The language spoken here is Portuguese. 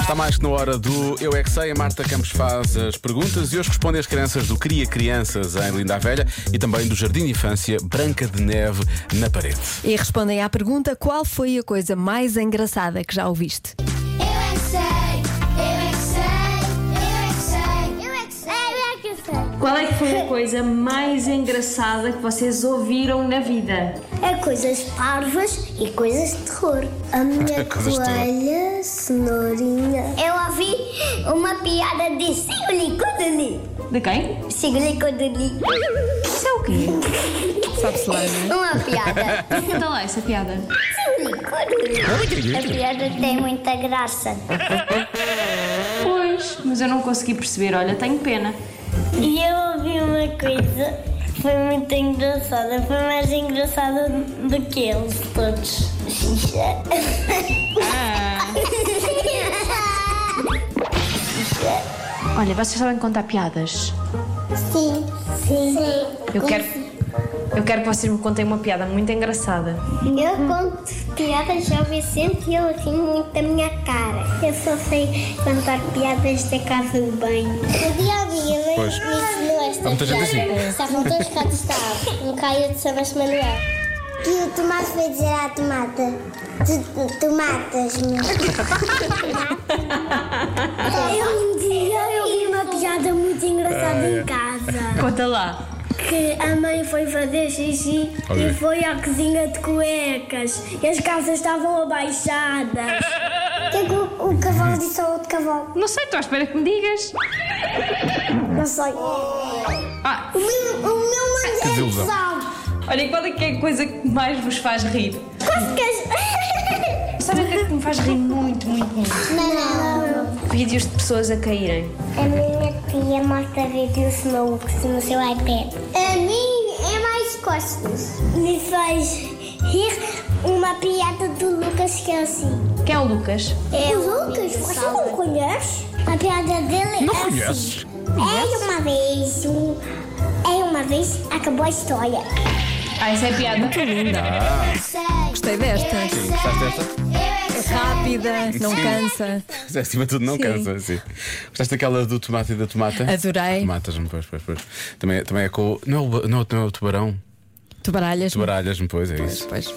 Está mais que na hora do Eu É Que Sei, a Marta Campos faz as perguntas e hoje responde às crianças do Cria Crianças em Linda a Velha e também do Jardim de Infância Branca de Neve na Parede. E respondem à pergunta: qual foi a coisa mais engraçada que já ouviste? Eu é que sei, eu é que sei, eu é que sei, eu é que sei, eu é que sei, eu é que sei. Qual é que foi a coisa mais engraçada que vocês ouviram na vida? É coisas parvas e coisas de terror. A minha É Coisas de terror. coelha, cenourinha. Eu ouvi uma piada de Siglicodoli. De quem? Siglicodoli. Isso é o quê? Sabe-se lá, não é? Uma piada. Conta lá essa piada. Ah, Siglicodoli. A piada tem muita graça. Pois, mas eu não consegui perceber, olha, tenho pena. E eu ouvi uma coisa que foi muito engraçada. Foi mais engraçada do que eles todos. Xixa. Ah. Olha, vocês sabem contar piadas? Sim. Sim. Eu quero. Eu quero que vocês me contem uma piada muito engraçada. Eu conto piadas ao Vicente e ele ri muito da minha cara. Eu só sei contar piadas da casa do banho. O dia a dia vem Pois. me ensinou esta Há muita gente piada. Estavam todos cá de estar. Um caio de Sabas Manuel. E o Tomás foi dizer à tomata. Tu, tu matas-me. um dia eu vi uma piada muito engraçada em casa Conta lá. que a mãe foi fazer xixi Olha. e foi à cozinha de cuecas e as calças estavam abaixadas. O que é que o, cavalo disse ao outro cavalo? Não sei, estou à espera que me digas. Não sei. Ah, O meu, é o meu Que dúvida. olha, qual é que é a coisa que mais vos faz rir? Cócegas. Sabem o que é que me faz rir muito, muito, muito? Não. Vídeos de pessoas a caírem. A minha tia mostra vídeos malucos no seu iPad. A mim é mais costas. Me faz rir uma piada do Lucas que é assim. Quem é o Lucas? É o Lucas, você não conhece? A piada dele Não é conheces? Assim. É uma vez, um, é uma vez, acabou a história. Ah, essa é a piada. Gostei desta. Sim, gostaste desta? É rápida, não Sim. cansa. Mas, É Acima de tudo, não Sim. cansa. Sim. Gostaste daquela do tomate e da tomata? Adorei. Tomatas-me, pois, pois, pois. Também, também é com. o- Não, é o ba- não, é o- não é o tubarão? Tu baralhas? Tu baralhas-me, pois, é isso. Pois.